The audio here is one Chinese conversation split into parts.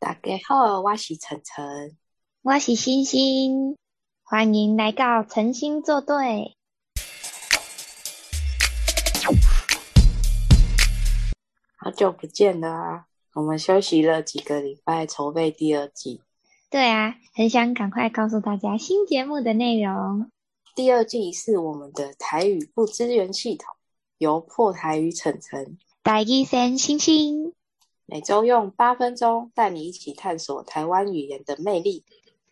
家好，我是晨晨。我是星星，欢迎来到诚心作对。好久不见了啊！我们休息了几个礼拜，筹备第二季。对啊，很想赶快告诉大家新节目的内容。第二季是我们的台语部资源系统，由破台语晨晨大医生星星，每周用八分钟带你一起探索台湾语言的魅力。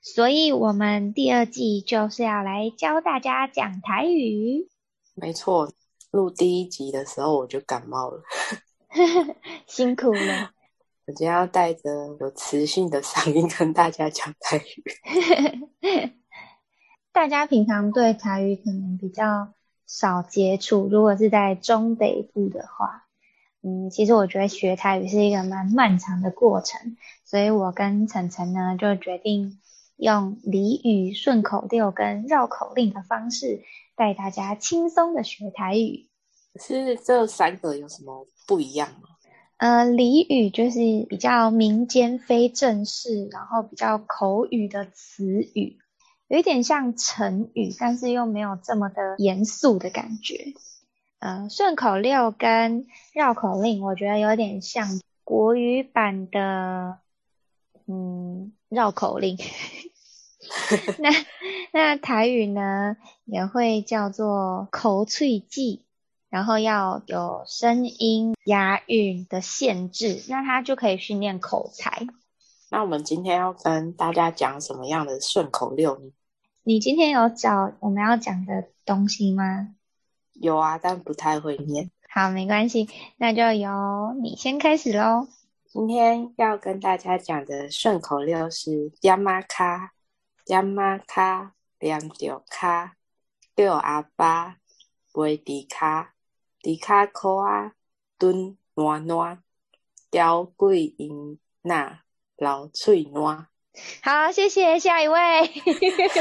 所以我们第二季就是要来教大家讲台语。没错，录第一集的时候我就感冒了，辛苦了，我今天要带着有磁性的嗓音跟大家讲台语。大家平常对台语可能比较少接触，如果是在中北部的话，嗯，其实我觉得学台语是一个蛮漫长的过程，所以我跟晨晨呢就决定用俚语、顺口溜跟绕口令的方式，带大家轻松的学台语。可是这三个有什么不一样吗？呃，俚语就是比较民间非正式，然后比较口语的词语，有一点像成语，但是又没有这么的严肃的感觉。呃，顺口溜跟绕口令，我觉得有点像国语版的，嗯，绕口令。 那 那台语呢，也会叫做口脆记，然后要有声音押韵的限制，那它就可以训练口才。那我们今天要跟大家讲什么样的顺口溜呢？你今天有找我们要讲的东西吗？有啊，但不太会念。好，没关系，那就由你先开始喽。今天要跟大家讲的顺口溜是“点妈卡，点妈卡，点着卡，六阿爸，袂猪卡，猪卡裤啊，蹲烂烂，吊鬼因那老喙烂。 好，谢谢下一位。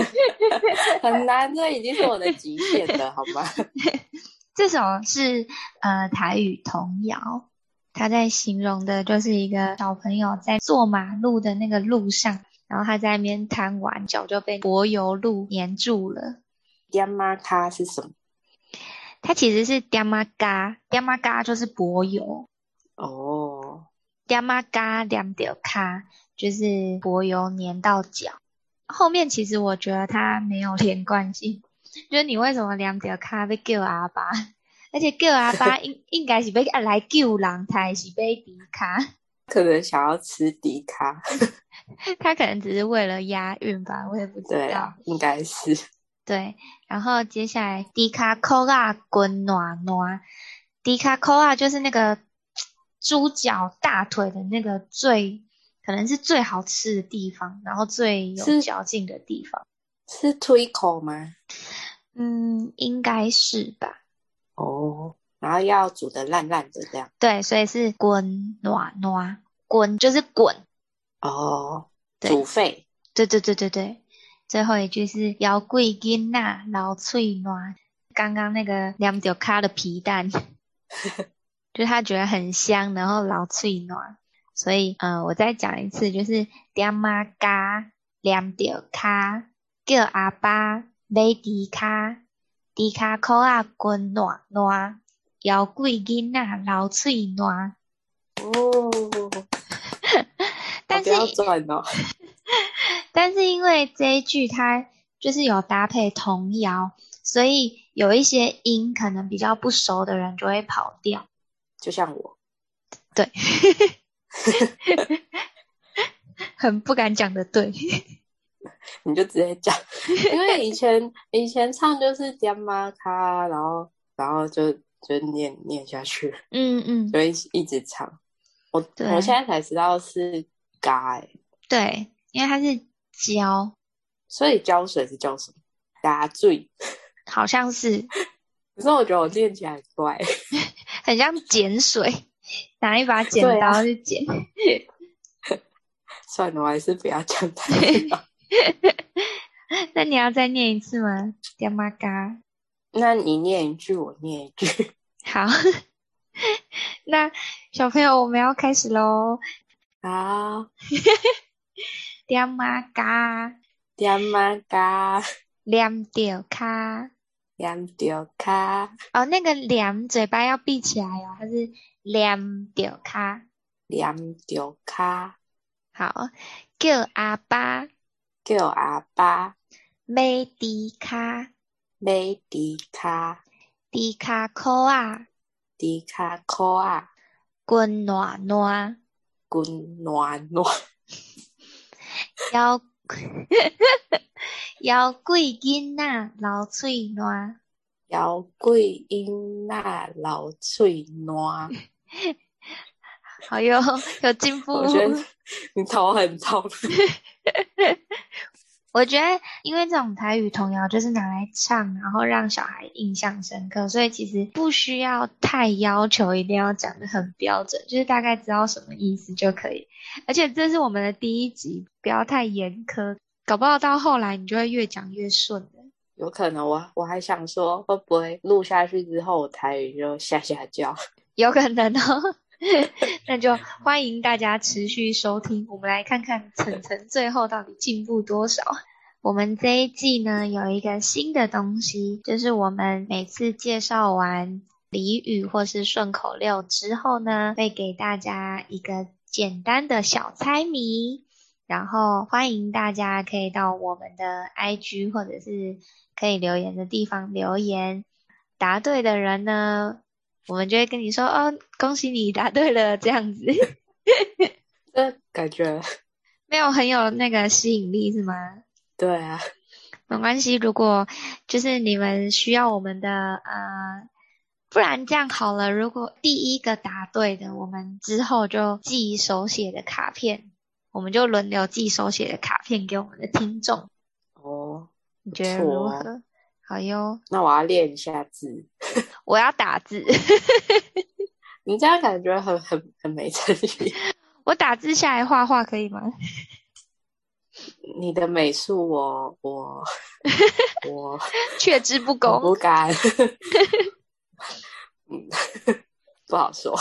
很难，这已经是我的极限了，好吗？ 这首是呃台语童谣，它在形容的就是一个小朋友在过马路的那个路上，然后他在那边贪玩，脚就被柏油路粘住了。点妈卡是什么？它其实是嗲嘛嘎，嗲嘛嘎就是柏油，哦，嗲嘛嘎两掉卡就是柏油粘到脚。后面其实我觉得它没有连贯性，就是你为什么两条卡被叫阿爸，而且叫阿 爸应应该是被来救人，才是被迪卡，可能想要吃迪卡，他可能只是为了押韵吧，我也不知 对道啊。，应该是。对，然后接下来迪卡扣啊滚暖暖，迪卡扣啊就是那个猪脚大腿的那个最可能是最好吃的地方，然后最有是嚼劲的地方，是推口吗？嗯，应该是吧？哦，然后要煮的烂烂的这样。对，所以是滚暖暖，滚就是滚，哦，对煮沸。对对对对对，最后一句是摇贵囡呐老脆暖，刚刚那个两丢卡的皮蛋， 就他觉得很香，然后老脆暖，所以呃，我再讲一次，就是点妈嘎两丢卡叫阿爸买猪卡，猪卡裤啊滚暖暖，摇贵囡呐老脆暖，哦，但不是要转哦。 但是因为这一句它就是有搭配童谣，所以有一些音可能比较不熟的人就会跑掉。 就像我，对，很不敢讲的对。 你就直接讲，因为以前以前唱就是点妈卡，然后然后就就念念下去，嗯嗯，就一一直唱。我对啊我现在才知道是嘎、欸，对，因为它是胶，所以胶水是叫什么？嘎醉。好像是可是我觉得我念起来很怪， 很像碱水，拿一把剪对啊刀去剪。 算了，我还是不要讲太 多。那你要再念一次吗？爹妈嘎。那你念一句，我念一句。 好，那小朋友，我们要开始喽。好，点马嘎，点啊马 嘎，两掉卡。两丢卡，哦，那个两嘴巴要闭起来哦，它是两掉卡。两丢卡，好，叫阿爸叫阿爸买猪卡，买猪卡，猪卡裤啊，猪卡裤啊，滚暖暖，滚暖 暖，腰腰贵囡仔流喙暖，摇贵囡仔老嘴暖。好哟，有进步。我觉得你头很痛。 我觉得，因为这种台语童谣就是拿来唱，然后让小孩印象深刻，所以其实不需要太要求一定要讲的很标准，就是大概知道什么意思就可以。而且这是我们的第一集，不要太严苛，搞不好到后来你就会越讲越顺的。有可能我我还想说，会不会录下去之后，我台语就下下叫？ 有可能哦。 那就欢迎大家持续收听，我们来看看晨晨最后到底进步多少。我们这一季呢有一个新的东西，就是我们每次介绍完俚语或是顺口溜之后呢，会给大家一个简单的小猜谜，然后欢迎大家可以到我们的 IG 或者是可以留言的地方留言，答对的人呢我们就会跟你说哦，恭喜你答对了，这样子 这感觉没有很有那个吸引力是吗？对啊，没关系，如果就是你们需要我们的呃，不然这样好了，如果第一个答对的，我们之后就寄手写的卡片，我们就轮流寄手写的卡片给我们的听众，哦，你觉得不错如哦何？好哟，那我要练一下字。我要打字， 你这样感觉很很很没诚意。我打字下来画画可以吗？ 你的美术我，我我却之不我恭。不敢， 嗯，不好说。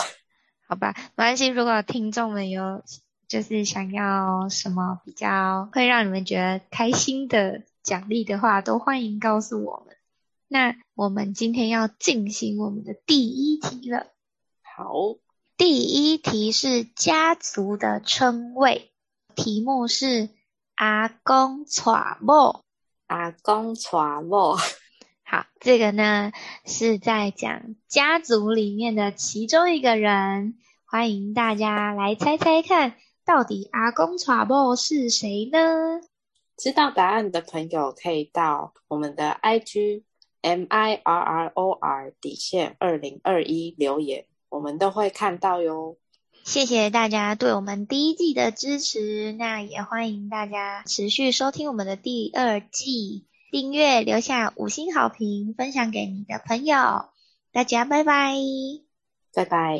好吧，没关系。如果听众们有就是想要什么比较会让你们觉得开心的奖励的话，都欢迎告诉我们。那我们今天要进行我们的第一题了。好，第一题是家族的称谓，题目是阿公娶某。阿公娶某，好，这个呢是在讲家族里面的其中一个人，欢迎大家来猜猜看，到底阿公耍布是谁呢？知道答案的朋友可以到我们的 IG M I R R O R 底线二零二一留言，我们都会看到哟。谢谢大家对我们第一季的支持，那也欢迎大家持续收听我们的第二季，订阅留下五星好评，分享给你的朋友，大家拜拜。拜拜。